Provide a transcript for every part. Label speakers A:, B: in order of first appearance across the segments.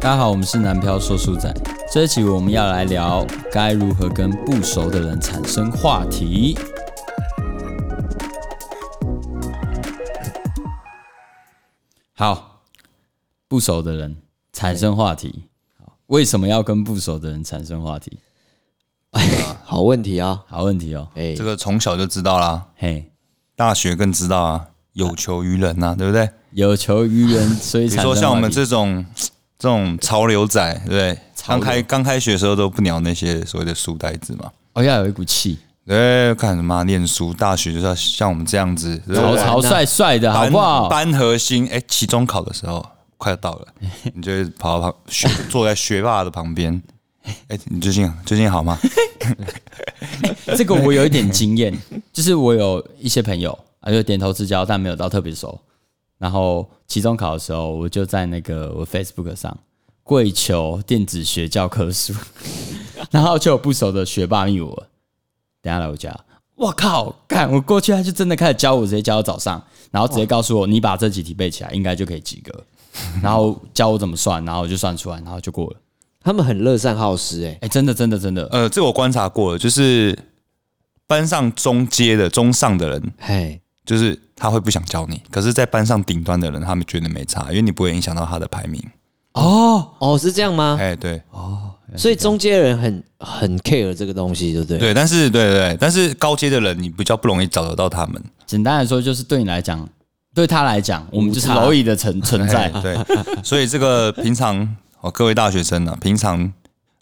A: 大家好，我们是南漂说书仔。这一期我们要来聊该如何跟不熟的人产生话题。好，不熟的人产生话题。好为什么要跟不熟的人产生话题？
B: 好问题啊！
A: 好问题哦。
B: 哎、
C: 这个从小就知道啦，
A: 嘿，
C: 大学更知道啊，有求于人啊呐、对不对？
A: 有求于人，所以
C: 比
A: 产生话
C: 如说
A: 题。
C: 像我们这种这种潮流仔，对不对？刚开刚开学的时候都不鸟那些所谓的书呆子嘛，
A: 哦，要有一股气，
C: 对，看什么啊念书，大学就是要像我们这样子，对不对
A: 潮潮帅帅的好
C: 班
A: 不好？
C: 班核心，哎、期中考的时候快要到 了，你就会跑到旁学坐在学霸的旁边，哎、你最近最近好吗？
A: 这个我有一点经验，就是我有一些朋友啊，就点头之交，但没有到特别熟。然后期中考的时候，我就在那个我 Facebook 上跪求电子学教科书， 然后就有不熟的学霸密我，等一下来我家，我靠，干！我过去他就真的开始教我，直接教到早上，然后直接告诉我，你把这几题背起来，应该就可以及格。然后教我怎么算，然后我就算出来，然后就过了。
B: 他们很乐善好施、哎，
A: 哎、真的，真的，真的，
C: 呃，这我观察过了，就是班上中阶的中上的人，
B: 嘿，
C: 就是他会不想教你，可是，在班上顶端的人，他们觉得没差，因为你不会影响到他的排名。
A: 哦，
B: 哦，是这样吗？
C: 哎、对
B: 所以中间人很很 care 这个东西，对不对？
C: 对，但是对对对，但是高阶的人，你比较不容易找得到他们。
A: 简单来说，就是对你来讲，对他来讲，我们就是
B: 无差
A: 蝼蚁的 存存在。
C: 哎对，所以这个平常哦，各位大学生呢、平常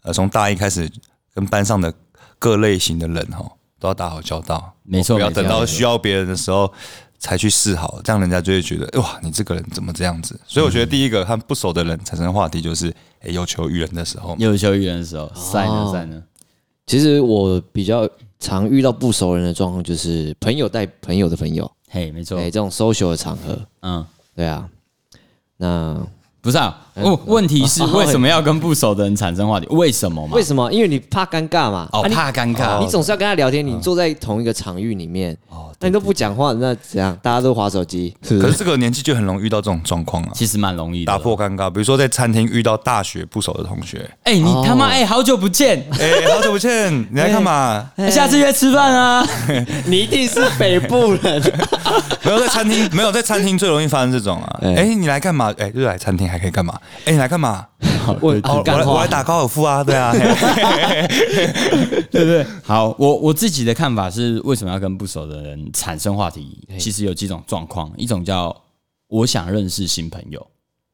C: 呃，从大一开始跟班上的各类型的人哦，都要打好交道，哦
A: 没错
C: 不要
A: 没错
C: 等到需要别人的时候才去示好，这样人家就会觉得哎哇，你这个人怎么这样子？所以我觉得
A: 嗯
C: 第一个和不熟的人产生话题，就是哎有求于人的时候嘛，
A: 有求于人的
B: 哦
A: 时候，晒呢晒呢，
B: 其实我比较常遇到不熟人的状况，就是朋友带朋友的朋友，
A: 嘿，没错
B: 哎、，这种 social 的场合，
A: 嗯，
B: 对啊。那
A: 不是啊，
B: 嗯
A: 问问题是为什么要跟不熟的人产生话题？为什么嘛
B: 哦为？什么？因为你怕尴尬嘛，
A: 哦，
B: 啊你
A: 怕尴尬，
B: 你总是要跟他聊天，你坐在同一个场域里面，那你都不讲话，那怎样？大家都划手机，是
C: 可是这个年纪就很容易遇到这种状况啊，
A: 其实蛮容易的。
C: 打破尴尬。比如说在餐厅遇到大学不熟的同学，
A: 哎，你他妈
B: 哦
A: 哎，好久不见，
C: 哎、好久不见，你来干嘛？
A: 下次约吃饭啊。
B: 你一定是北部人，
C: 没有在餐厅，没有在餐厅最容易发生这种啊。哎、你来干嘛？哎、就是来餐厅还可以干嘛？哎、你来干嘛？
B: 我
C: 哦，我来我来打高尔夫啊，对 啊。嘿
A: 好，我我自己的看法是，为什么要跟不熟的人产生话题？其实有几种状况，一种叫我想认识新朋友，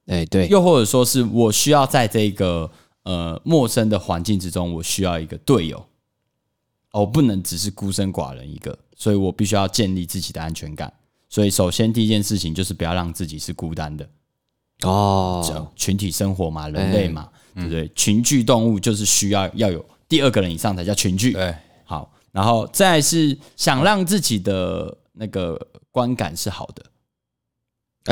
B: 哎，对，
A: 又或者说是我需要在这个呃陌生的环境之中，我需要一个队友，哦，我不能只是孤身寡人一个，所以我必须要建立自己的安全感。所以，首先第一件事情就是不要让自己是孤单的。
B: 哦，哎嗯
A: 群体生活嘛，人类嘛，对不对？群居动物就是需要要有第二个人以上才叫群居。
C: 对，
A: 好，然后再来是想让自己的那个观感是好的，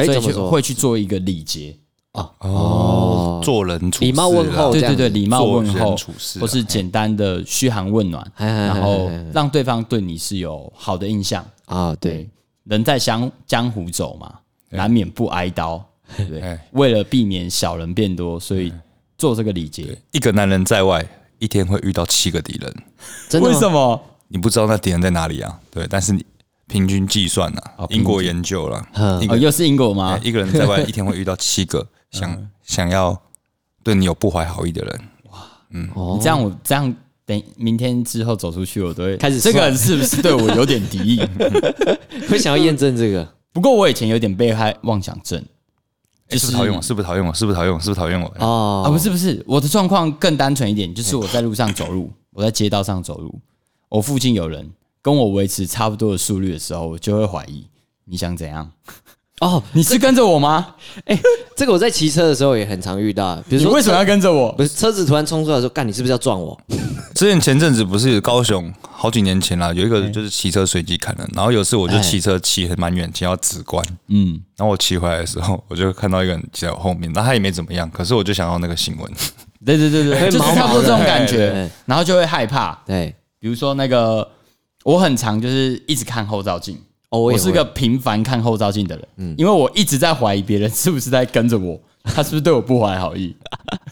B: 哎，
A: 所以
B: 怎么
A: 就
B: 说？
A: 会去做一个礼节。
C: 哦，做人处事啊
B: 礼貌问候
A: 对对
B: 这
A: 对，
B: 样子
A: 礼貌问
C: 做
A: 候
C: 人处事啊
A: 或是简单的嘘寒问暖，
B: 嘿嘿嘿
A: 然后
B: 嘿嘿嘿
A: 让对方对你是有好的印象。
B: 啊，对，
A: 人在江江湖走嘛，难免不挨刀，对不对
C: 哎？
A: 为了避免小人变多，所以做这个礼节。
C: 一个男人在外，一天会遇到七个敌人，
B: 真的
A: 为
B: 吗
A: 什么？
C: 你不知道那敌人在哪里啊？对，但是你平均嗯计算啊
A: 哦，平均
C: 英国研究了，一
A: 哦，
C: 个
A: 又是因果吗
C: 哎？一个人在外一天会遇到七个想想要对你有不怀好意的人，
B: 哦
A: 你这样我这样等明天之后走出去，我都会
B: 开始
A: 这个
B: 算
A: 人是不是对我有点敌意？
B: 会想要验证这个，
A: 不过我以前有点被害妄想症
C: 哎是不是讨厌我？是不是讨厌我？是不是讨厌我？是不是讨厌我？哎
B: 哦，
A: 啊，不是不是，我的状况更单纯一点，就是我在路上走路，我在街道上走路，我附近有人跟我维持差不多的速率的时候，我就会怀疑你想怎样？
B: 哦，
A: 你是跟着我吗？
B: 这个我在骑车的时候也很常遇到，比如
A: 你
B: 说
A: 为什么要跟着我？
B: 不是车子突然冲出来说，干你是不是要撞我？
C: 之前前阵子不是高雄好几年前啦，有一个就是骑车随机砍人，然后有一次我就骑车骑很蛮远，骑到紫关，
A: 嗯，
C: 然后我骑回来的时候，我就看到一个人骑在我后面，那他也没怎么样，可是我就想要那个新闻，
A: 对对对对，
B: 会
A: 就是
B: 毛毛
A: 差不多这种
B: 的
A: 感
B: 对对
A: 觉
B: 对，
A: 然后就会害怕。
B: 对，
A: 比如说那个我很常就是一直看后照镜，
B: 哦，
A: 我
B: 也
A: 是
B: 会嗯
A: 个频繁看后照镜的人，因为我一直在怀疑别人是不是在跟着我，他是不是对我不怀好意？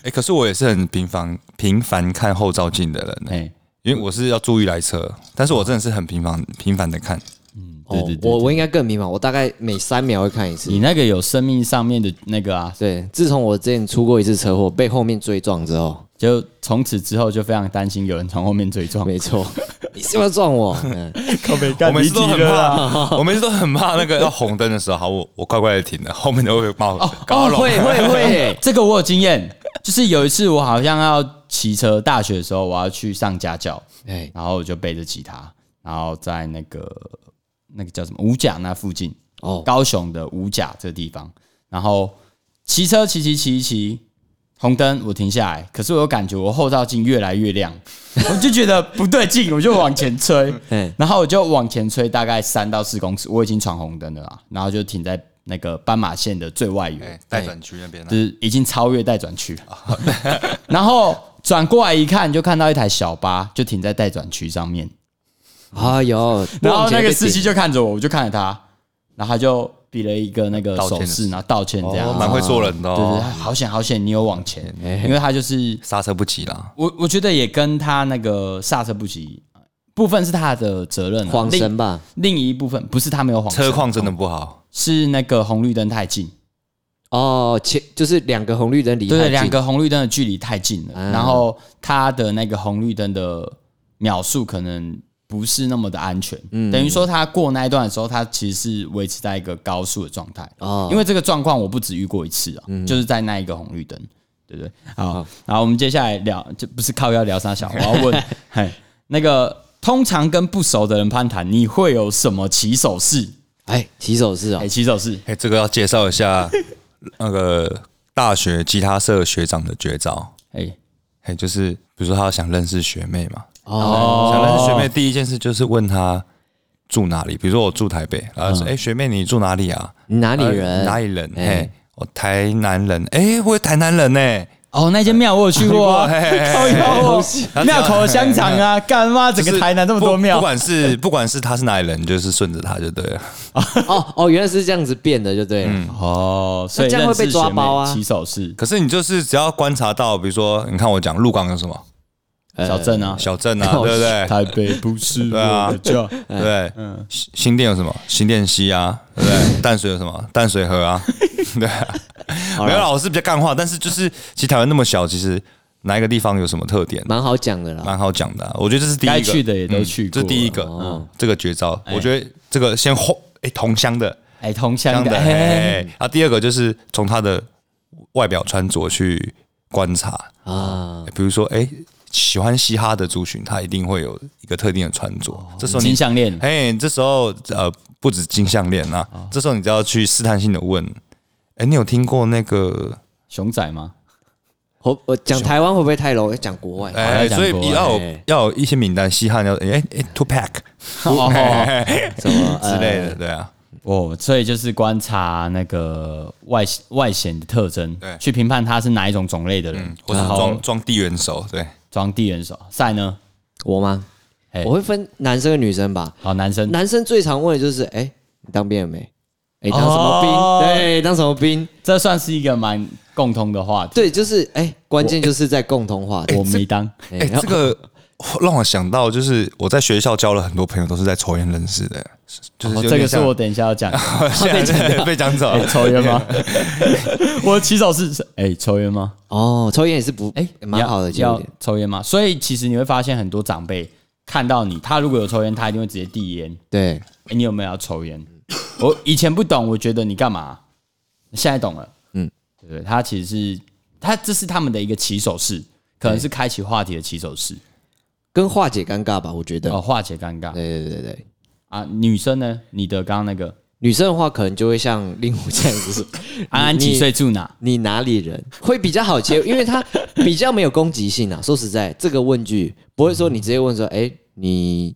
C: 哎、可是我也是很频繁频繁看后照镜的人、
A: 哎，
C: 因为我是要注意来车，但是我真的是很频繁频繁的看。
A: 对对
B: 哦，
A: 对
B: 我我应该更迷茫，我大概每三秒会看一次
A: 你。那个有生命上面的那个啊，
B: 对，自从我之前出过一次车祸，被后面追撞之后，
A: 就从此之后就非常担心有人从后面追撞，
B: 没错，你是不是要撞我？嗯，
A: 靠北
C: 我
A: 干
C: 每次都
A: 离
C: 很
A: 题了啊
C: 怕，我每次都很怕那个要红灯的时候，好，我我乖乖的停了，后面都会骂我搞
A: 哦
C: 拢。
B: 会会会，
A: 这个我有经验，就是有一次我好像要骑车，大学的时候我要去上家教，
B: 哎，
A: 然后我就背着吉他，然后在那个那个叫什么五甲那附近，
B: 哦，
A: 高雄的五甲这个地方，然后骑车骑骑骑骑，红灯我停下来，可是我有感觉我后照镜越来越 亮，我就觉得不对劲，我就往前吹，
B: 哎，
A: 然后我就往前吹大概三到四公尺，我已经闯红灯了啦，然后就停在那个斑马线的最外缘
C: 哎，，待转区那边哦呢
A: 就？是已经超越待转区了， 然后转过来一看，就看到一台小巴就停在待转区上面，
B: 啊有，
A: 然后
B: 忘记
A: 那
B: 了被
A: 个司机
B: 顶
A: 就看着我，我就看着他，然后他就比了一个那个
C: 道
A: 手
C: 歉的
A: 势，然后道歉这样
C: 哦，。蛮会做人的
A: 对对，他
C: 哦，哎
A: 好险好险，你有往前，因为他就是
C: 刹车不及啦。
A: 我，我觉得也跟他那个刹车不及部分是他的责任啊，
B: 晃
A: 另
B: 神吧，
A: 另一部分不是他没有晃神
C: 车况真的不好，
A: 是那个红绿灯太近，
B: 哦，前就是两个红绿灯离太
A: 对，
B: 近
A: 两个红绿灯的距离太近了，
B: 嗯
A: 然后他的那个红绿灯的秒数可能不是那么的安全，等于说他过那一段的时候，他其实是维持在一个高速的状态，
B: 哦，
A: 因为这个状况我不止遇过一次啊，就是在那一个红绿灯，对不对？
B: 哦
A: 好，然后我们接下来聊，就不是靠要聊啥小，我要 问，嘿，那个通常跟不熟的人攀谈，你会有什么起手式？
B: 哎，起手式哦
A: 哎，，起手式，
C: 哎，这个要介绍一下那个大学吉他社学长的绝招。
A: 哎，
C: 哎，就是比如说他想认识学妹嘛，哎
B: 哦，
C: 想认识学妹第一件事就是问她住哪里。比如说我住台北，然后她说：“哎，学妹你住哪里啊？
B: 你嗯哪里
C: 呃
B: 人？
C: 哪里人？
B: 哎
C: 嘿，我台南人。哎，我也台南人呢。
A: 哦，那间庙我有去过啊，
C: 嘿嘿嘿
A: 靠腰哦，庙口的香肠啊，干妈整
C: 就是
A: 个台南这么多
C: 不不
A: 庙，
C: 管是不管是他是哪里人，就是顺着他就对了。
B: 哦哦，原来是这样子变的，就对了。
A: 哦，所以
B: 那这样会被抓包
A: 认
B: 啊
A: 识学妹起手式
C: 可是你就是只要观察到，比如说，你看我讲鹿港有什么
A: 小镇啊，
C: 小镇啊，
B: 靠
C: 对不对？
A: 台北不是嗯我
C: 对啊
A: 的家，
C: 对不对，新新店有什么？新店溪啊，对不对？淡水有什么？淡水 河啊，对啊。没有啦，我是比较干话，但是就是其实台湾那么小，其实哪一个地方有什么特点，
B: 蛮好讲的啦。
C: 蛮好讲的啊、我觉得这是第一个
A: 该去的也都
C: 嗯
A: 去过
C: 这
A: 了哦
C: 第一个，嗯，这个绝招，我觉得这个先轰，哎，同乡的，
A: 哎，同乡
C: 样
A: 的，
C: 的。
A: 嘿嘿
C: 哎，啊，第二个就是从他的外表穿着去观察，
B: 啊，
C: 比如说，哎、喜欢嘻哈的族群，他一定会有一个特定的穿着。这时候
A: 哦金
C: 你，
A: 项链，哦
C: 哎，这时候呃，不止金项链啊，这时候你就要去试探性的问，哎、你有听过那个？
A: 熊仔吗？
B: 我我讲台湾会不会太 low？讲国外
C: 哎、
A: 像
C: 所以
A: 讲过
C: 要有
B: 哎
C: 要有一些名单，稀罕要哎哎 Two Pack
A: 哦
B: 什么
C: 之类？
B: 呃
C: 的，对啊，
A: 哦，所以就是观察那个外外显的特征
C: 对，
A: 去评判他是哪一种种类的人，
C: 或者
A: 然后
C: 装装地缘手，对，
A: 装地人手赛呢？
B: 我吗
A: 哎？
B: 我会分男生跟女生吧。
A: 好，男生
B: 男生最常问的就是，哎，你当兵了没？哎，当什
A: 哦
B: 么兵？对，当什么兵？
A: 这算是一个蛮共通的话题，
B: 对，就是哎，关键就是在共同话题。
A: 我没当。
B: 哎
C: 哎、这个 让我想到，就是我在学校交了很多朋友，都是在抽烟认识的，就是
A: 哦
C: 有点
A: 这个是
C: 像
A: 我等一下要讲。
C: 现在 被讲走
A: 哎、
C: 了。
A: 抽烟 吗？我起手是是哎、抽烟吗？
B: 哦，抽烟也是不
A: 哎
B: 哎，蛮好
A: 要
B: 的焦
A: 要
B: 点。
A: 抽烟吗？所以其实你会发现很多长辈看到你，他如果有抽烟，他一定会直接递烟。
B: 对，
A: 哎、你有没有要抽烟？
B: 嗯
A: 我以前不懂，我觉得你干嘛？现在懂了，嗯
B: 嗯，
A: 对不对？他其实是他这是他们的一个起手式，可能是开启话题的起手式，
B: 跟化解尴尬吧，我觉得
A: 哦，。化解尴尬
B: 对对对对。
A: 啊。女生呢？你的刚刚那个
B: 女生的话，可能就会像令狐这样子说，
A: 安安几岁住哪？
B: 你哪里人会比较好接，因为他比较没有攻击性啊。说 实在，这个问句不会说你直接问说，哎、你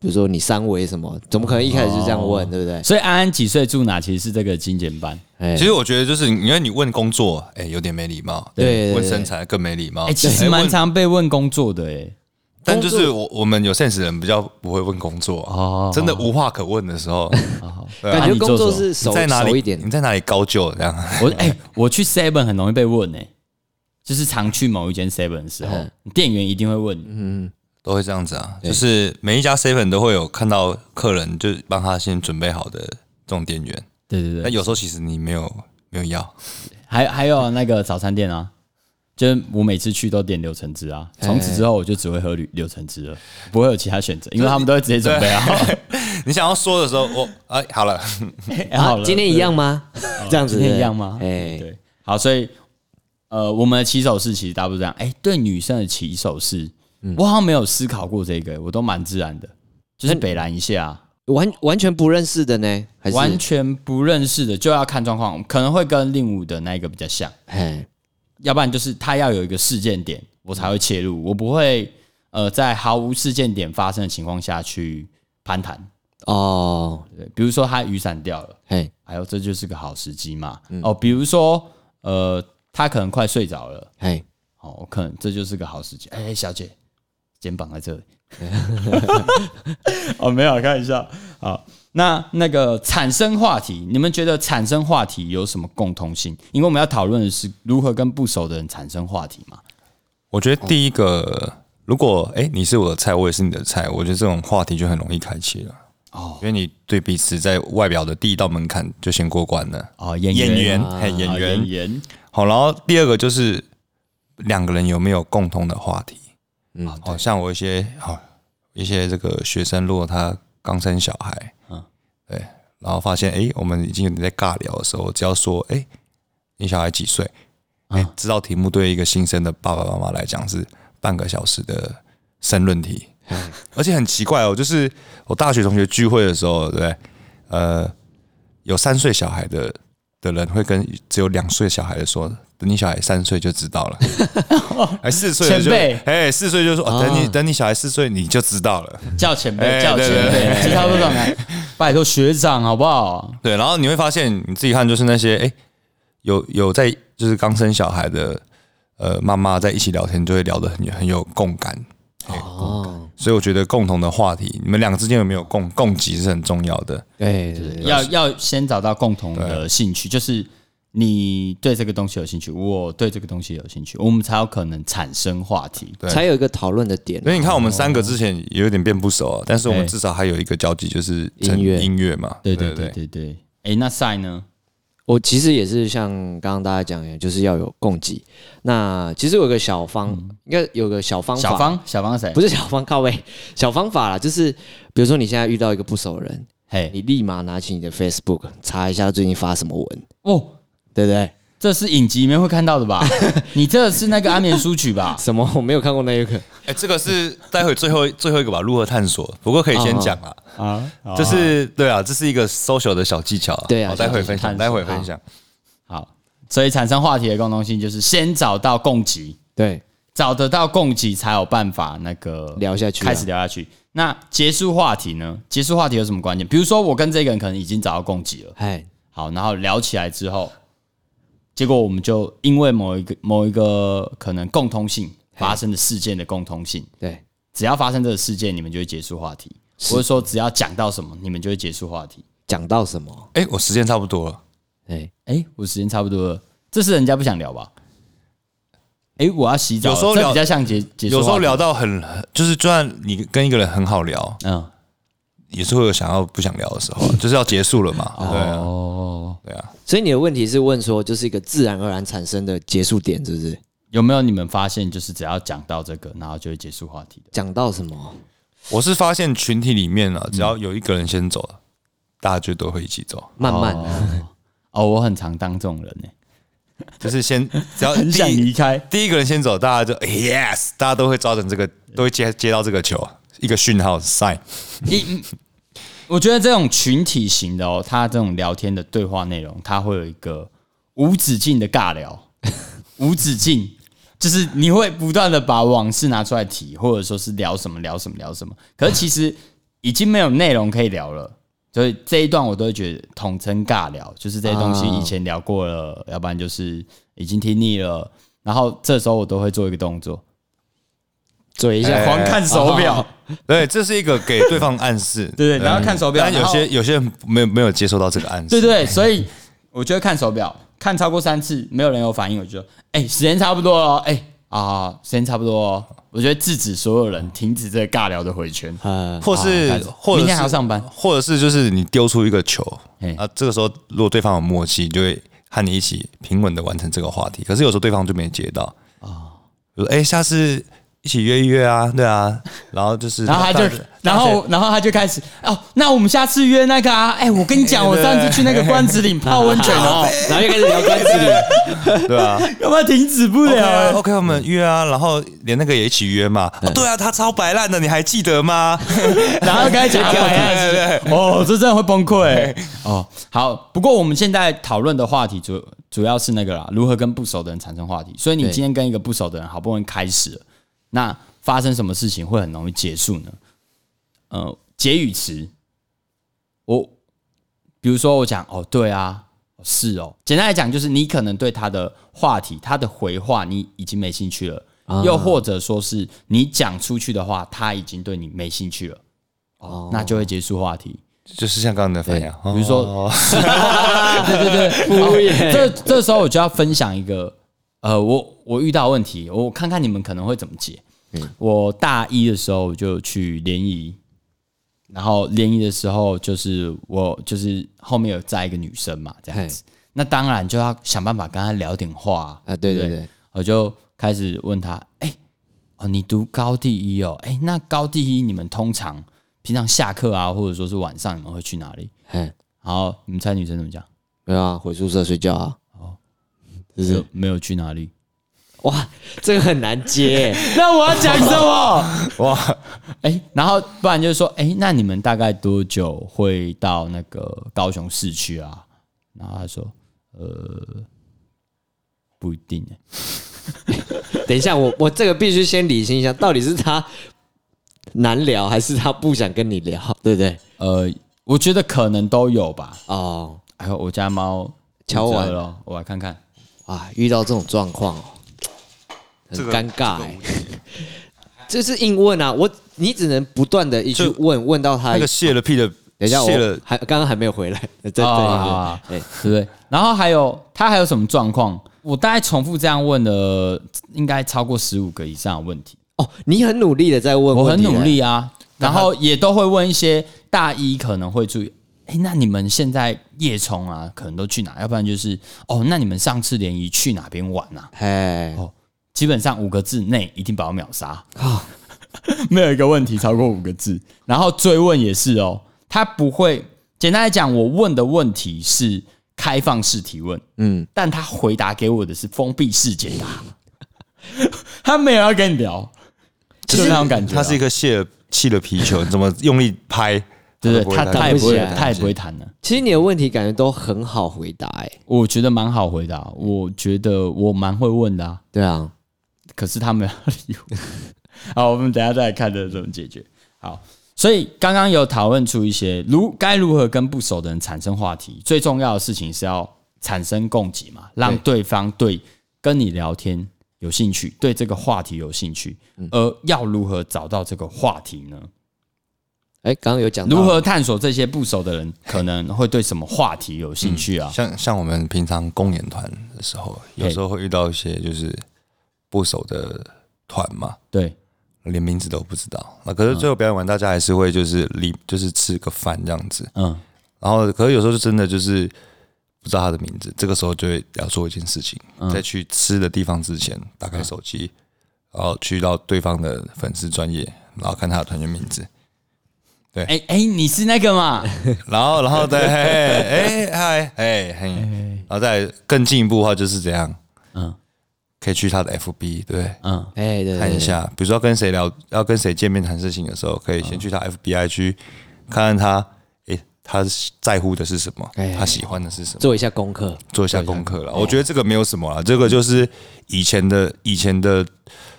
B: 比如说你三围什么，怎么可能一开始就这样问，对不对？
A: 所以安安几岁住哪？其实是这个精简班。
B: 哎、
C: 其实我觉得就是，因为你问工作，哎、有点没礼貌；
B: 对对对哦
C: 问身材更没礼貌。
A: 哎、其实
C: 哎
A: 蛮
C: 问
A: 常被问工作的哎、
C: 但就是我我们有 sense 的人比较不会问工作
A: 哦
C: 啊， 真的无话可问的 时候，对啊
B: 感觉
A: 啊
B: 工作
A: 你做什么
B: 是
C: 你
B: 熟
C: 在哪
B: 熟
C: 里
B: 一点
C: 你，在哪里高就这样？
A: 我哎、我去 Seven 很容易被问哎、就是常去某一间 Seven 的时候
B: 嗯，
A: 店员一定会问你，
C: 都会这样子啊， 就是每一家 seven 都会有看到客人，就帮他先准备好的这种店员。
A: 对对
C: 但
B: 哎
A: 对，
C: 有时候其实你没有没有要，
A: 还还有那个早餐店啊。就是我每次去都点柳橙汁啊，
B: 哎
A: 从此之后我就只会喝柳柳橙汁了，不会有其他选择，因为他们都会直接准备啊好。
C: 你想要说的时候，我哎好了，
A: 哎 好了
B: 啊今天一 样吗？这样子
A: 今天一样吗？
B: 哎，
A: 对，好，所以呃，我们的起手式其实大部分这样。哎、对女生的起手式，
B: 嗯
A: 我好像没有思考过这个，我都蛮自然的，就是北兰一下啊，
B: 完完全不认识的呢，还是
A: 完全不认识的就要看状况，可能会跟令武的那一个比较像，
B: 哎
A: 要不然就是他要有一个事件点，我才会切入，我不会呃在毫无事件点发生的情况下去攀谈。
B: 哦
A: 对，比如说他雨伞掉了。
B: 嘿
A: 哎呦，这就是个好时机嘛。哦，比如说，呃，他可能快睡着了，
B: 嘿，
A: 哦，我可能这就是个好时机。哎、小姐，肩膀在 这里。哦，没有，开玩笑。好，那那个产生话题，你们觉得产生话题有什么共通性？因为我们要讨论的是如何跟不熟的人产生话题嘛。
C: 我觉得第一个，如果哎、你是我的菜，我也是你的菜，我觉得这种话题就很容易开启了。
A: 哦
C: 因为你对彼此在外表的第一道门槛就先过关了。
A: 哦，演
C: 演
A: 员
C: 员，
A: 啊
C: 嘿，演
A: 哦
C: 员
A: 演，员，
C: 好，然后第二个就是两个人有没有共同的话题。嗯，好、像我一些好、一些这个学生，如果他刚生小孩，嗯，对，然后发现哎、诶我们已经有点在尬聊的时候，只要说哎、诶你小孩几岁？
A: 啊
C: 哎、知道题目对一个新生的爸爸妈妈来讲是半个小时的申论题，而且很奇怪哦，就是我大学同学聚会的时候，对不对，呃，有三岁小孩的的人会跟只有两岁小孩的说，等你小孩三岁就知道 了，哎，四岁的就
A: 前辈
C: 哎，四岁就说、哦、等你
B: 啊
C: 等你小孩四岁你就知道了，
A: 叫前辈，
C: 哎
A: 叫前
C: 对对
A: 辈，其他不懂 啊。拜托学长好不好？
C: 对，然后你会发现你自己看就是那些哎、有有在就是刚生小孩的呃妈妈在一起聊天，就会聊得很有很有共感，
B: 哦，
C: 所以我觉得共同的话题，你们两个之间有没有共共集是很重要的。
B: 对对对
A: 要要先找到共同的兴趣，就是你对这个东西有兴趣，我对这个东西有兴趣，我们才有可能产生话题。
C: 对
B: 才有一个讨论的点
C: 所以你看，我们三个之前也有点变不熟啊，但是我们
A: 对
C: 至少还有一个交集，就是成
B: 音乐
C: 音乐嘛。
A: 对
C: 对
A: 对对对对。哎，那赛呢？
B: 我其实也是像刚刚大家讲的，就是要有供给。那其实有个小方，应该有个小方法，
A: 嗯小芳，小芳谁？
B: 不
A: 是，
B: 是小方 靠位，小方法啦，就是比如说你现在遇到一个不熟的人，
A: 嘿，
B: 你立马拿起你的 Facebook 查一下最近发什么文，
A: 哦，
B: 对不对？
A: 这是影集里面会看到的吧？你这是那个安眠书曲 吧？
B: 什么我没有看过那一个，
C: 哎、这个是待会最后最后一个吧，如何探索？不过可以先讲啊，
A: 啊，
C: 就是对啊，这是一个 social 的小技巧啊。
B: 对啊
C: 好待会
A: 小
C: 分
A: 技
C: 享，
A: 巧
C: 待会分享。
A: 好，所以产生话题的共同性就是先找到共集，
B: 对，
A: 找得到共集才有办法那个
B: 聊下去啊
A: 开始聊下去。那结束话题呢？结束话题有什么关键？比如说我跟这个人可能已经找到共集了，
B: 哎，
A: 好，然后聊起来之后，结果我们就因为某一个某一个可能共通性发生的事件的共通性，
B: 对，
A: 只要发生这个事件，你们就会结束话题，或者说只要讲到什么，你们就会结束话题。
B: 讲到什么？
C: 哎、我时间差不多了，
B: 哎，
A: 哎、我时间差不多了，这是人家不想聊吧？哎、我要洗澡了，
C: 有时候
A: 这
C: 聊
A: 比较像结结束，
C: 有时候聊，到很就是，就算你跟一个人很好聊，
A: 嗯，
C: 也是会有想要不想聊的时 候啊，就是要结束了嘛。对啊，
A: 哦，
C: 对啊，
B: 所以你的问题是问说，就是一个自然而然产生的结束点，是不是？
A: 有没有你们发现，就是只要讲到这个，然后就会结束话题的？
B: 讲到什么？
C: 我是发现群体里面
A: 嗯
C: 啊，只要有一个人先走了，大家就都会一起走。
B: 慢慢，
A: 哦，我很常当这种人呢、
C: 就 是先只要
A: 很想
C: 第一
A: 离开，
C: 第一个人先走，大家就 yes，大家都会抓准这个，都会接接到这个球，一个讯号 sign。
A: 一， 我觉得这种群体型的哦，他这种聊天的对话内容，它会有一个无止境的尬聊，无止境，就是你会不断的把往事拿出来提，或者说是聊什么聊什么聊什么，可是其实已经没有内容可以聊了。所以这一段我都会觉得统称尬聊，就是这些东西
B: 啊
A: 以前聊过了，要不然就是已经听腻了。然后这时候我都会做一个动作，
B: 嘴一
A: 在
B: 下，
A: 狂看手表，
C: 对，这是一个给对方暗示，
A: 对对然后看手表
C: 但有
A: 然
C: 些
A: 后
C: 有些人没有没有接收到这个暗示，
A: 对对，所以 我就会看手表，看超过三次没有人有反应，我就哎、时间差不多了，哎、啊时间差不多了，我觉得制止所有人停止这个尬聊的回圈，
B: 呃，
C: 或是
A: 啊开始
C: 或者
A: 明
C: 是
A: 天还要上班
C: 或者是就是你丢出一个球
A: 嘿
C: 啊，这个时候如果对方有默契，就会和你一起平稳的完成这个话题。可是有时候对方就没接到啊，
A: 哦
C: 比如说哎、下次一起约一约啊，对啊，然后就是
A: 然后他就
C: 大家，
A: 然后，然后他就开始哦，那我们下次约那个啊，哎、我跟你讲，我上次去那个关子岭泡温泉
C: 哎
A: 哦，
B: 然后又开始聊关子 岭，
C: 对啊。
A: 要不然停止不
C: OK
A: 了、
C: 啊
A: 哎
C: ，OK，我们约啊，然后连那个也一起约嘛。
A: 嗯
C: 哦，对啊，他超白烂的，你还记得吗？
A: 然后 开始讲哎
C: 对
A: 对
C: 对
A: 哦，这真的会崩溃、 哦。好，不过我们现在讨论的话题主主要是那个啦，如何跟不熟的人产生话题。所以你
B: 对
A: 今天跟一个不熟的人好不容易开始了，那发生什么事情会很容易结束呢？呃，结语词，我比如说我讲哦，对啊。哦是哦，简单来讲就是你可能对他的话题、他的回话你已经没兴趣了，
C: 啊
A: 又或者说是你讲出去的话，他已经对你没兴趣了，哦，那就会结束话题。
C: 就是像刚刚的反应啊，
A: 比如说，对对对，
B: 敷衍，
A: 这这时候我就要分享一个，呃，我我遇到的问题，我看看你们可能会怎么解。我大一的时候我就去联谊，然后联谊的时候就是我就是后面有载一个女生嘛，这
B: 哎
A: 样子，那当然就要想办法跟她聊点话啊
B: 啊对对
A: 不
B: 对，
A: 我就开始问她，哎、哦，你读高第一哦，哎、那高第一你们通常平常下课啊，或者说是晚上你们会去哪里？
B: 嘿，
A: 然后你们猜女生怎么讲？
B: 没有啊，回宿舍睡觉啊，
A: 哦就是没有去哪里。
B: 哇，这个很难 接，
A: 那我要讲什 么？
C: 哇，
A: 哎、然后不然就是说，哎、那你们大概多久会到那个高雄市区啊？然后他说，呃，不一定、欸。
B: 等一下，我我这个必须先理清一下，到底是他难聊，还是他不想跟你聊，对不对？
A: 呃，我觉得可能都有吧。
B: 哦，
A: 哎呦，我家猫
B: 敲完
A: 了，我来看看。
B: 啊，遇到这种状况哦，很
C: 这个
B: 尴尬哎、这是硬问啊，我你只能不断的一直问，问到他
C: 那个泄了屁的，
B: 等一下，我
C: 泄了
B: 还刚刚还没有回来， 对对
A: 啊啊啊
B: 对，对
A: 对不对？然后还有他还有什么状况？我大概重复这样问了，应该超过十五个以上的问题。
B: 哦，你很努力的在问，
A: 我很努，力啊，然后也都会问一些大一可能会注意。哎、那你们现在夜虫啊，可能都去哪？要不然就是哦，那你们上次联谊去哪边玩啊？
B: 哎，
A: 哦，基本上五个字内一定把我秒杀啊，
B: 哦
A: 没有一个问题超过五个字。然后追问也是哦，他不会简单来讲，我问的问题是开放式提问，
B: 嗯，
A: 但他回答给我的是封闭式解答， 他没有要跟你聊，就是那种感觉啊、
C: 他是一个泄了气的皮球，你怎么用力拍？
A: 对
C: 都
A: 对，
C: 不会
A: 他
C: 弹
A: 他也不
B: 不起
A: 会，
B: 来
A: 他也不会谈的。
B: 其实你的问题感觉都很好回答，哎，
A: 我觉得蛮好回答，啊我觉得我蛮会问的、啊，
B: 对啊，
A: 可是他没有理我。 好，我们等一下再来看这怎么解决。好，所以刚刚有讨论出一些如该如何跟不熟的人产生话题，最重要的事情是要产生共给嘛，让对方对跟你聊天有兴趣，对这个话题有兴趣。而要如何找到这个话题呢？
B: 哎，刚刚有讲到
A: 如何探索这些不熟的人可能会对什么话题有兴趣啊？
C: 像像我们平常公演团的时候，有时候会遇到一些就是不熟的团嘛，
A: 对，
C: 连名字都不知道。那可是最后表演完，大家还是会就是离就是吃个饭这样子。
A: 嗯。
C: 然后，可是有时候就真的就是不知道他的名字，这个时候就会要做一件事情，在去吃的地方之前，打开手机，然后去到对方的粉丝专业，然后看他的团员名字，
A: 哎、哎、你是那个嘛？
C: 然后，然后再哎嗨哎嘿，然后再更进一步的话就是怎样，
A: 嗯
C: 可以去他的 FB 对，
A: 嗯，
B: 哎，对对
C: 看一
B: 对
C: 下，比如说要跟谁聊，要跟谁见面谈事情的时候，可以先去他 FBI 去看看他，诶，他在乎的是什么
B: 哎，
C: 他喜欢的是什么，
B: 做一下功课，
A: 啊
C: 做一下功课了。我觉得这个没有什么啦，这个就是以前的以前的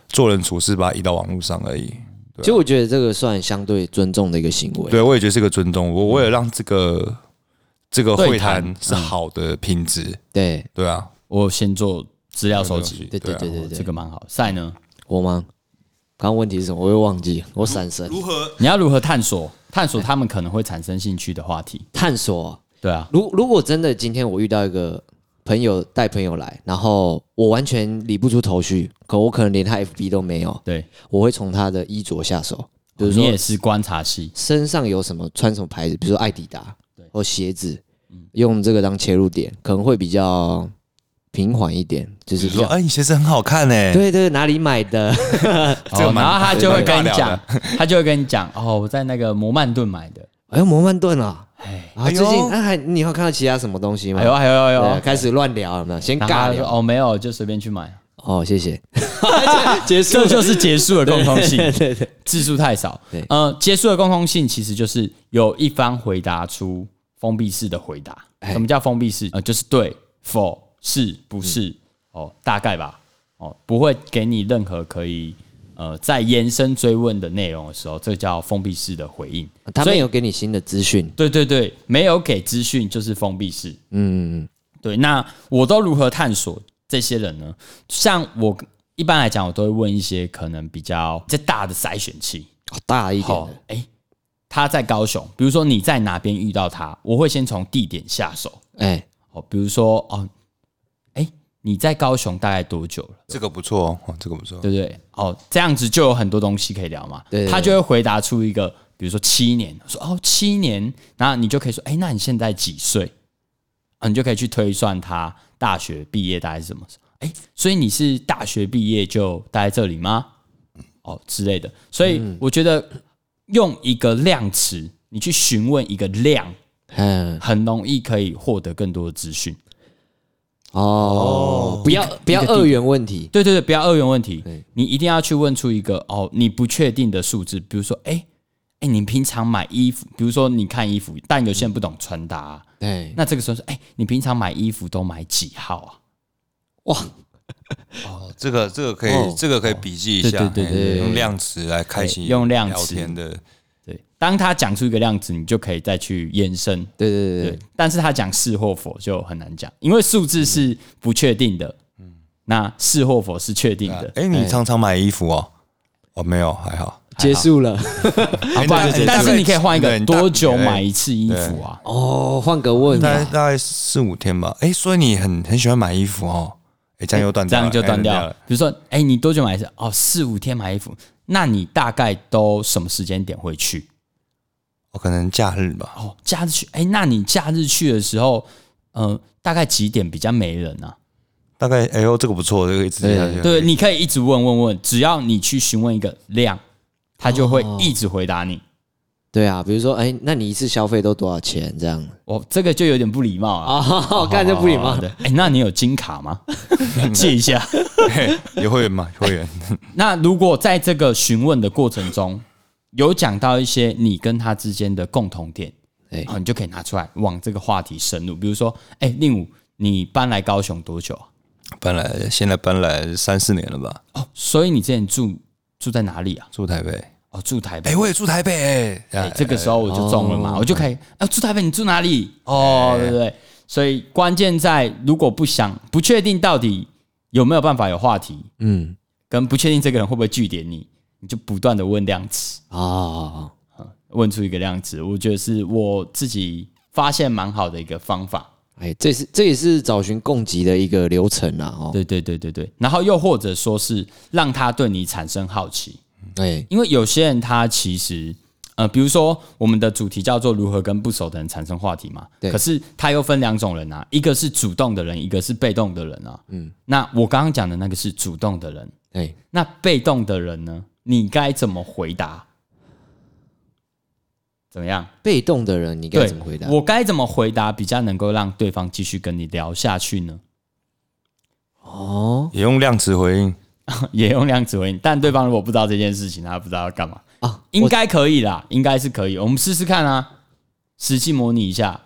C: 做人处事，把它移到网络上而已。
B: 其实我觉得这个算相对尊重的一个行为，
C: 对，我也觉得是个尊重。我为了让这个这个
A: 对
C: 会
A: 谈
C: 谈是好的品质，
B: 对
C: 对啊，
A: 我先做资料收集，
C: 对
B: 对对对
C: 啊
B: 对对，
A: 这个蛮好。赛呢？
B: 我吗？刚刚问题是什么？我又忘记，我闪神。
C: 如何？
A: 你要如何探索探索他们可能会产生兴趣的话题？
B: 探索啊，
A: 对啊，
B: 如如果真的今天我遇到一个朋友带朋友来，然后我完全理不出头绪，可我可能连他 FB 都没有，
A: 对，哦
B: 我会从他的衣着下手，比如
A: 你
B: 说
A: 也是观察系，
B: 身上有什么穿什么牌子，比如说艾迪达
A: 对，嗯
B: 或鞋子，用这个当切入点，可能会比较平缓一点，就是
C: 你
B: 比
C: 说，
B: 较
C: 哎，你鞋子很好看呢。
B: 对对，哪里买的？
C: 这个
A: 哦
C: 蛮
A: 然后他就会跟你
C: 蛮尬聊
A: 讲， 他就会跟你讲，哦，我在那个摩曼顿买的，
B: 哎，摩曼顿啊，
A: 哎，
B: 啊，
C: 哎
B: 最
C: 呦
B: 近那还你有看到其他什么东西吗？
A: 哎呦哎呦哎
B: 对
A: 呦，
B: 开始乱聊有没有？先
A: 然后
B: 尬
A: 他说
B: 聊
A: 哦没有，就随便去买，
B: 哦，谢谢。
A: 结束这就是结束的共通性，
B: 对对，
A: 字数太少
B: 对。
A: 呃，结束的共通性其实就是有一方回答出封闭式的回答。
B: 哎
A: 什么叫封闭式？呃，就是对、否、是、不是，
B: 嗯
A: 哦，大概吧，哦，不会给你任何可以呃再延伸追问的内容的时候，这叫封闭式的回应。
B: 他
A: 所
B: 们
A: 以
B: 有给你新的资讯，
A: 对对对，没有给资讯就是封闭式。
B: 嗯，
A: 对，那我都如何探索这些人呢？像我一般来讲，我都会问一些可能比较比较大的筛选器。
B: 哦大一点
A: 好
B: 的，，
A: 哎、他在高雄，比如说你在哪边遇到他，我会先从地点下手。
B: 哎，
A: 哦，比如说哦，哎、你在高雄大概多久了？
C: 这个不错哦哦，这个不错。
A: 对不对？哦，这样子就有很多东西可以聊嘛。
B: 对对对
A: 他就会回答出一个，比如说七年，说哦七年，然后你就可以说，哎、那你现在几岁？啊，你就可以去推算他大学毕业大概是什么时候。哎、所以你是大学毕业就待在这里吗？哦之类的。所以
B: 嗯
A: 我觉得用一个量词，你去询问一个量，
B: 嗯，
A: 很容易可以获得更多的资讯。
B: 哦，不要不要
A: 一个地
B: 二元问题，
A: 对对对，不要二元问题
B: 对，
A: 你一定要去问出一个哦，你不确定的数字，比如说，哎、哎、你平常买衣服，比如说你看衣服，但有些人不懂穿搭、啊
B: 对，
A: 那这个时候说，哎、你平常买衣服都买几号啊？
B: 哇，
C: 哦，这个这个可
B: 哦
C: 以，这个可以笔记一下，
A: 对对对
C: 哎
A: 对
C: 用量词来开启
A: 对用量
C: 聊
A: 词
C: 天的。
A: 对，当他讲出一个量子，你就可以再去延伸。
B: 对对对
A: 对
B: 对，，
A: 但是他讲是或否就很难讲，因为数字是不确定的。那是或否是确定的，
C: 哎，你常常买衣服哦？哦，没有，还好。
B: 结束了，
A: 啊
C: 哎
A: 不然
C: 对对对
A: 但是你可以换一
C: 对
A: 个哎
C: 你大
A: 多久买一次衣服啊？
B: 哦，换个问
C: 大概
B: 法，
C: 大概四五天吧。哎，所以你很很喜欢买衣服哦？哎，这样又断
A: 这
C: 掉
A: 样
C: 了，
A: 就
C: 哎
A: 断掉
C: 断
A: 了。比如说，哎、你多久买一次？哦，四五天买衣服。那你大概都什么时间点会去？
C: 哦，可能假日吧。
A: 哦，假日去。哎、那你假日去的时候，嗯、大概几点比较没人啊？
C: 大概哎呦，这个不错，这个一直接下去。
A: 对，你可以一直问问问，只要你去询问一个量，他就会一直回答你。
B: 对啊，比如说，哎，那你一次消费都多少钱这样？
A: 哦，这个就有点不礼貌 啊。
B: 哦， 干这不礼貌
A: 的。哎、那你有金卡吗？借一下。
C: 嘿有会员吗？有会员。
A: 那如果在这个询问的过程中，有讲到一些你跟他之间的共同点，
B: 哎
A: 啊，你就可以拿出来往这个话题深入。比如说，哎、令武，你搬来高雄多久啊？
C: 搬来现在搬来三四年了吧，
A: 哦，所以你之前住住在哪里啊？
C: 住台北。
A: 哦，住台北
C: 哎，。我也住台北哎。
A: 哎、这个时候我就中了嘛，
B: 哦
A: 我就可以啊，住台北，你住哪里？哦，对不对？所以关键在，如果不想不确定到底有没有办法有话题，
B: 嗯，
A: 跟不确定这个人会不会据点你，你就不断的问量词。
B: 哦，
A: 问出一个量子，我觉得是我自己发现蛮好的一个方法。
B: 哎，这是这也是找寻供给的一个流程啦，哦，
A: 对对对对对，然后又或者说是让他对你产生好奇，
B: 哎，
A: 因为有些人他其实呃，比如说我们的主题叫做如何跟不熟的人产生话题嘛，
B: 对
A: 可是他又分两种人啊，一个是主动的人，一个是被动的人啊。嗯，那我刚刚讲的那个是主动的人，
B: 哎，
A: 那被动的人呢，你该怎么回答？怎么样？
B: 被动的人你该
A: 对，
B: 怎么回答？
A: 我该怎么回答比较能够让对方继续跟你聊下去呢？
B: 哦，
C: 也用量词回应，
A: 也用量子回应，但对方如果不知道这件事情，他不知道要干嘛，
B: 啊，
A: 应该可以啦，应该是可以，我们试试看啊，实际模拟一下。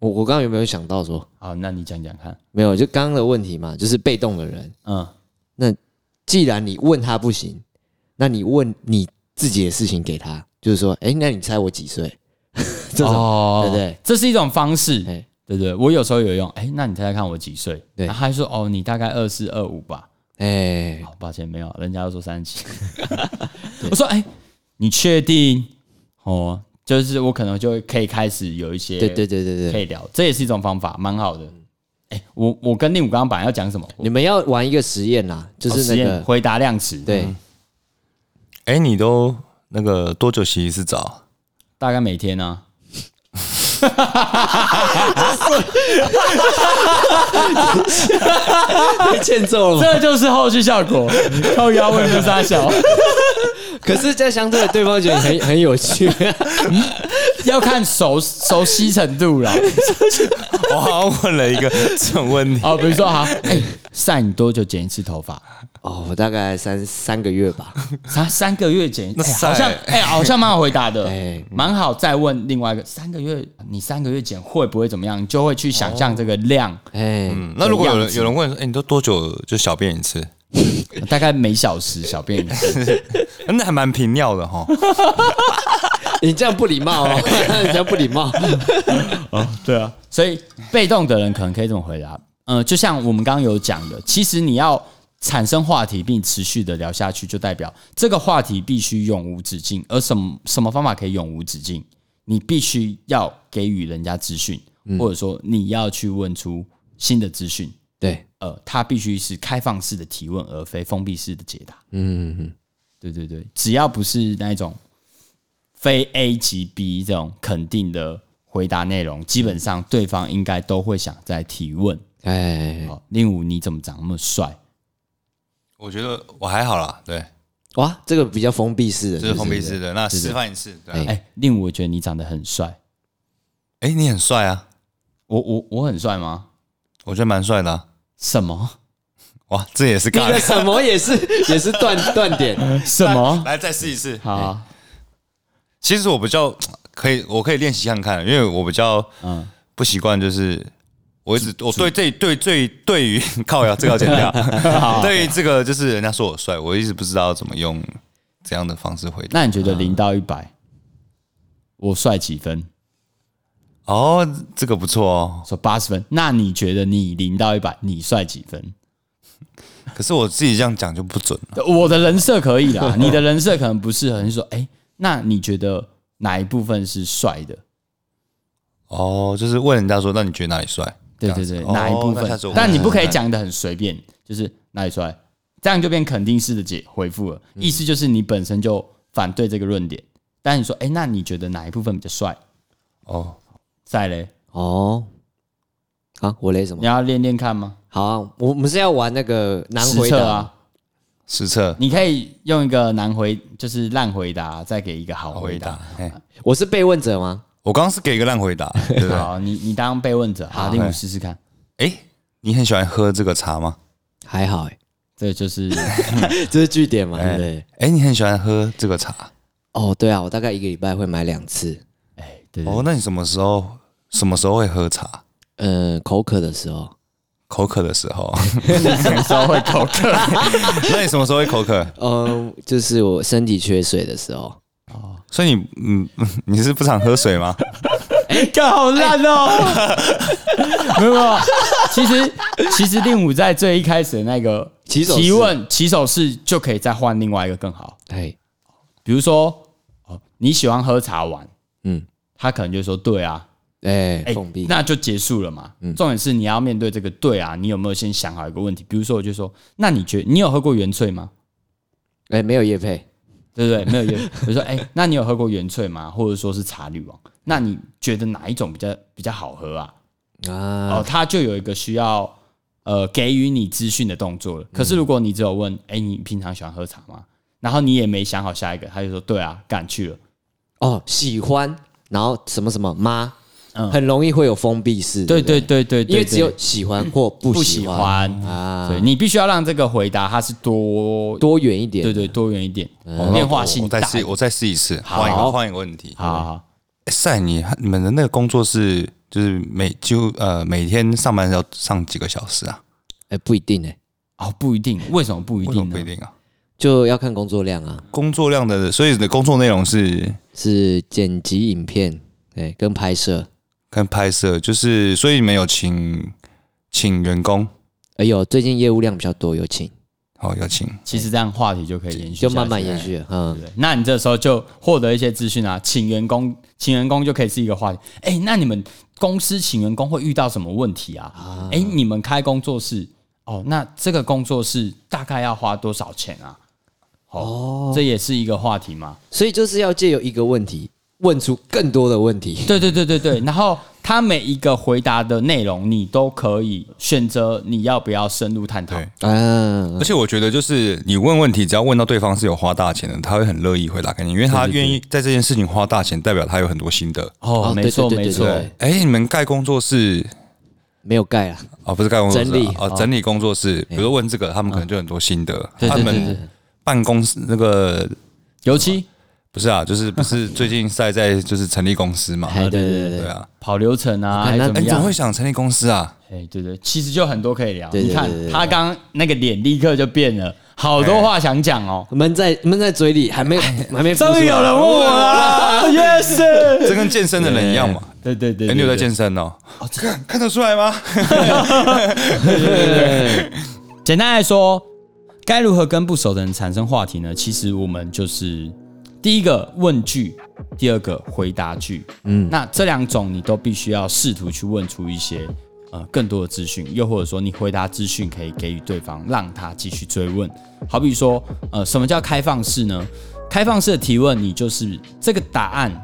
B: 我我刚刚有没有想到说，
A: 好，那你讲讲看，
B: 没有，就刚刚的问题嘛，就是被动的人，
A: 嗯，
B: 既然你问他不行，那你问你自己的事情给他，就是说，哎、那你猜我几岁？ 这种，
A: 哦
B: 对不对？
A: 这是一种方式，
B: 哎、
A: 对不对？我有时候有用，哎，那你猜猜看我几岁？
B: 对
A: 然后他就说哦，你大概二四二五吧，
B: 哎，
A: 好抱歉，没有，人家都说三十七。我说，哎、你确定？哦，就是我可能就可以开始有一些
B: 对对对对
A: 可
B: 对，
A: 以聊，这也是一种方法，蛮好的。哎、我我跟令武刚刚本来要讲什么？
B: 你们要玩一个实验啦，就
A: 哦
B: 是
A: 实
B: 那
A: 验
B: 个
A: 回答量词，，
B: 对，
C: 哎、你都那个多久洗一次澡？
A: 大概每天啊呢、
B: 被欠揍
A: 啊，
B: 了吗？
A: 这就是后续效 果，靠腰位不撒小，
B: 可是这样相对的对方觉得很 很有趣，
A: 要看熟熟悉程度啦。
C: 我好像问了一个这种问题，
A: 哦，比如说好，哎、晒你多久剪一次头发？
B: 哦，我大概三三个月吧，
A: 三三个月剪，
C: 那
A: 哎
C: 晒
A: 好像哎、好像蛮好回答 的
B: 哎，
A: 蛮、好。再问另外一个，三个月你三个月剪会不会怎么样？你就会去想象这个量，
B: 哎，
C: 嗯那如果有人有人问说，哎、你都多久就小便一次？
A: 大概每小时小便一次。
C: 嗯那还蛮频尿的哈。
B: 你这样不礼貌哦， 你这样不礼貌，
A: 对啊，所以被动的人可能可以这么回答，嗯、就像我们刚刚有讲的，其实你要产生话题并持续的聊下去，就代表这个话题必须永无止境。而什么什么方法可以永无止境？你必须要给予人家资讯，或者说你要去问出新的资讯。
B: 对，
A: 呃，它必须是开放式的提问，而非封闭式的解答。
B: 嗯，嗯
A: 对对对，只要不是那一种非 A 及 B 这种肯定的回答内容，基本上对方应该都会想再提问。
B: 嗯哎，
A: 好，令武你怎么长那么帅？
C: 我觉得我还好啦，对，
B: 哇，这个比较封闭式的，是
C: 这是
B: 不
C: 封
B: 是
C: 闭式的。那示范一次，对啊。
B: 哎
A: 哎、令武，我觉得你长得很帅。
C: 哎、你很帅啊，
A: 我我我很帅吗？
C: 我觉得蛮帅的、啊。
A: 什么
C: 哇，这也是
B: 你
C: 尬
B: 的
C: 聊。
B: 什么也是 也是断断点，
A: 什么？
C: 来，再试一次。
A: 好啊，
C: 其实我比较可以，我可以练习看看，因为我比较
A: 嗯，
C: 不习惯，就是我一直我对这对对对于 靠呀，这个要剪 掉。对于这个就是人家说我帅，我一直不知道怎么用这样的方式回答。
A: 那你觉得零到一百，我帅几分？
C: 哦，这个不错哦。
A: 说八十分。那你觉得你零到一百，你帅几分？
C: 可是我自己这样讲就不准了。
A: 我的人设可以啦，你的人设可能不适合。你说，哎、那你觉得哪一部分是帅的？
C: 哦，就是问人家说，那你觉得哪里帅？
A: 对
C: 这
A: 对
C: 样子
A: 对，
C: 哦
A: 哪一部
C: 那
A: 分
C: 下次我？
A: 但你不可以
C: 看看
A: 讲的很随便，就是哪里帅，这样就变肯定式的解回复了。
C: 嗯
A: 意思就是你本身就反对这个论点，但你说，哎、那你觉得哪一部分比较帅？
C: 哦。
A: 再嘞，
B: 哦，啊，我雷什
A: 你
B: 么？
A: 要练练看吗？
B: 好啊、我我们是要玩那个难
A: 实
B: 回
A: 测
B: 答
A: 啊，
C: 实测
A: 你可以用一个难回，就是烂回答，再给一个好
C: 回
A: 回
C: 答
A: 答。。
C: 哎，
B: 我是被问者吗？
C: 我刚刚是给一个烂回答，对不对？
A: 好，你你当被问者，好，
B: 好
A: 令我试试看。
C: 哎，你很喜欢喝这个茶吗？
B: 还好哎、
A: 这 就是
B: 这是据点嘛，对不对？
C: 哎，你很喜欢喝这个茶
B: 哦，对啊，我大概一个礼拜会买两次，
A: 哎，对对
C: 哦？那你什么时候什么时候会喝茶？
B: 嗯，口渴的时候，
C: 口渴的时候？ 哦
A: 什么时候会口渴？
C: 那你什么时候会口渴？
A: 哦
B: 嗯，就是我身体缺水的时候。
C: 所以你嗯，你是不常喝水吗？
A: 干好烂哦！ 没有没有，其实其实令武在最一开始的那个
B: 起手式
A: 提问起手式就可以再换另外一个更好，
B: 哎，
A: 比如说哦你喜欢喝茶丸，
B: 嗯，
A: 他可能就说对啊，
B: 哎，
A: 哎
B: 封闭，
A: 那就结束了嘛。重点是你要面对这个对啊，你有没有先想好一个问题？比如说我就说，那你觉你有喝过原萃吗？
B: 哎，没有叶配，
A: 对不对？没有原，我说哎、那你有喝过原萃吗？或者说是茶女王？那你觉得哪一种比较比较好喝啊？
B: 啊，
A: 哦，他就有一个需要呃给予你资讯的动作
B: 嗯
A: 了。可是如果你只有问，哎、你平常喜欢喝茶吗？然后你也没想好下一个，他就说对啊，赶去了。
B: 哦，喜欢，然后什么什么妈，
A: 嗯
B: 很容易会有封闭式，
A: 对
B: 不
A: 对对对对
B: 因为只有
A: 对嗯
B: 喜欢或不
A: 不
B: 喜
A: 喜
B: 欢
A: 欢，
B: 啊，
A: 对你必须要让这个回答它是多
B: 多远一点，嗯
A: 对对多元一点，
C: 哦
A: 变化
C: 我
A: 性
C: 我再
A: 大。
C: 试，我再试一次，换一个
B: 好
C: 换一个问题。
A: 好好好，
C: 哎赛，你你们的那个工作是就是每就呃每天上班要上几个小时啊？
B: 哎，不一定哎，
A: 哦，不一定，为什么不一
C: 为什
A: 定
C: 么不一
A: 呢？
C: 定啊？
B: 就要看工作量啊，
C: 工作量的，所以你的工作内容是
B: 是剪辑影片，哎，跟拍摄，
C: 跟拍摄，就是所以你们有请请员工
B: 哎呦，最近业务量比较多，有请，
C: 好，有请。
A: 其实这样话题就可以延续，
B: 就慢慢延。续了。嗯，
A: 对，那你这时候就获得一些资讯啊，请员工，请员工就可以是一个话题。哎、那你们公司请员工会遇到什么问题啊？哎、你们开工作室哦，那这个工作室大概要花多少钱啊？哦，这也是一个话题嘛。
B: 所以就是要借由一个问题问出更多的问题。
A: 对对对对对，然后他每一个回答的内容，你都可以选择你要不要深入探讨。
C: 对
B: 嗯，
C: 而且我觉得，就是你问问题，只要问到对方是有花大钱的，他会很乐意回答给你，因为他愿意在这件事情花大钱，代表他有很多心得。
A: 哦，
B: 哦
A: 没错
B: 对对
A: 没
B: 对
A: 错，
B: 对
C: 哎、你们盖工作室
B: 没有盖啊，
C: 哦，不是盖工作室啊
B: 整理
C: 哦，整理工作室，比如说问这个，他们可能就很多心得。
A: 对
C: 他
A: 哎嗯对对对
C: 们办公室那个
A: 尤其
C: 不是啊，就是不是最近赛在就是成立公司嘛？
B: 哎，对对对
C: 对
B: 对，
C: 啊，
A: 跑流程啊，还是怎
B: 那
C: 哎，
A: 么
C: 你怎
A: 样
C: 么？会想成立公司啊？
A: 哎，对对，其实就很多可以聊。
B: 对对
A: 你看
B: 对对对
A: 他刚刚那个脸立刻就变了，好多话想讲哦。
B: 闷在闷在嘴里，还没还没
A: 终于有人问我 了，yes！
C: 这跟健身的人一样嘛？
A: 对对对，对
C: 哎，你有在？
A: 对
C: 健身哦？看看得出来吗？
A: 简单来说，该如何跟不熟的人产生话题呢？其实我们就是第一个问句，第二个回答句。嗯，那这两种你都必须要试图去问出一些呃更多的资讯，又或者说你回答资讯可以给予对方，让他继续追问。好比说，呃，什么叫开放式呢？开放式的提问，你就是这个答案。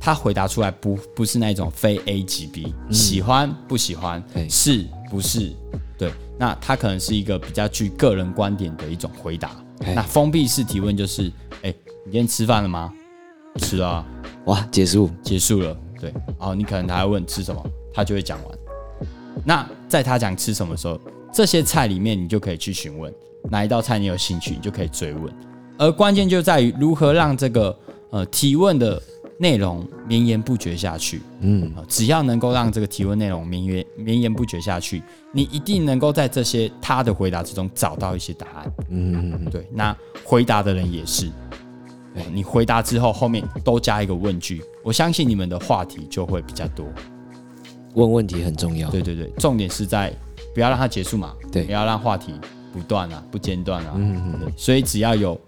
A: 他回答出来不不是那种非 A 即 B，、喜欢不喜欢
B: 对，
A: 是不是？对，那他可能是一个比较具个人观点的一种回答。
B: 哎
A: 那封闭式提问就是，哎、你今天吃饭了吗？吃了、啊，
B: 哇，结束，
A: 结束了。对，然后你可能还会问吃什么，他就会讲完。那在他讲吃什么的时候，这些菜里面你就可以去询问哪一道菜你有兴趣，你就可以追问。而关键就在于如何让这个呃提问的内容绵延不绝下去。嗯、只要能够让这个提问内容绵延绵延不绝下去，你一定能够在这些他的回答之中找到一些答案。
B: 嗯，
A: 对，那回答的人也是，哦你回答之后后面都加一个问句，我相信你们的话题就会比较多。
B: 问问题很重要，
A: 对对对，重点是在不要让它结束嘛，
B: 对
A: 不要让话题不断啊，不间断啊，嗯嗯，所以只要有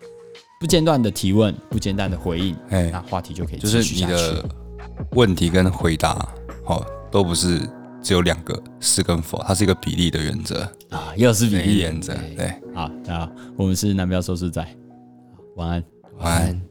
A: 不间断的提问，不间断的回应，
C: 哎
A: 那话题就可以继
C: 就是
A: 续
C: 你
A: 下去。
C: 的问题跟回答，哦，都不是只有两个是跟否，它是一个比例的原则，
A: 啊，又是比啊
C: 比例
A: 例
C: 原则。对，
A: 啊好，大家好，我们是南标说书仔，晚安。
C: 晚安。
B: 嗯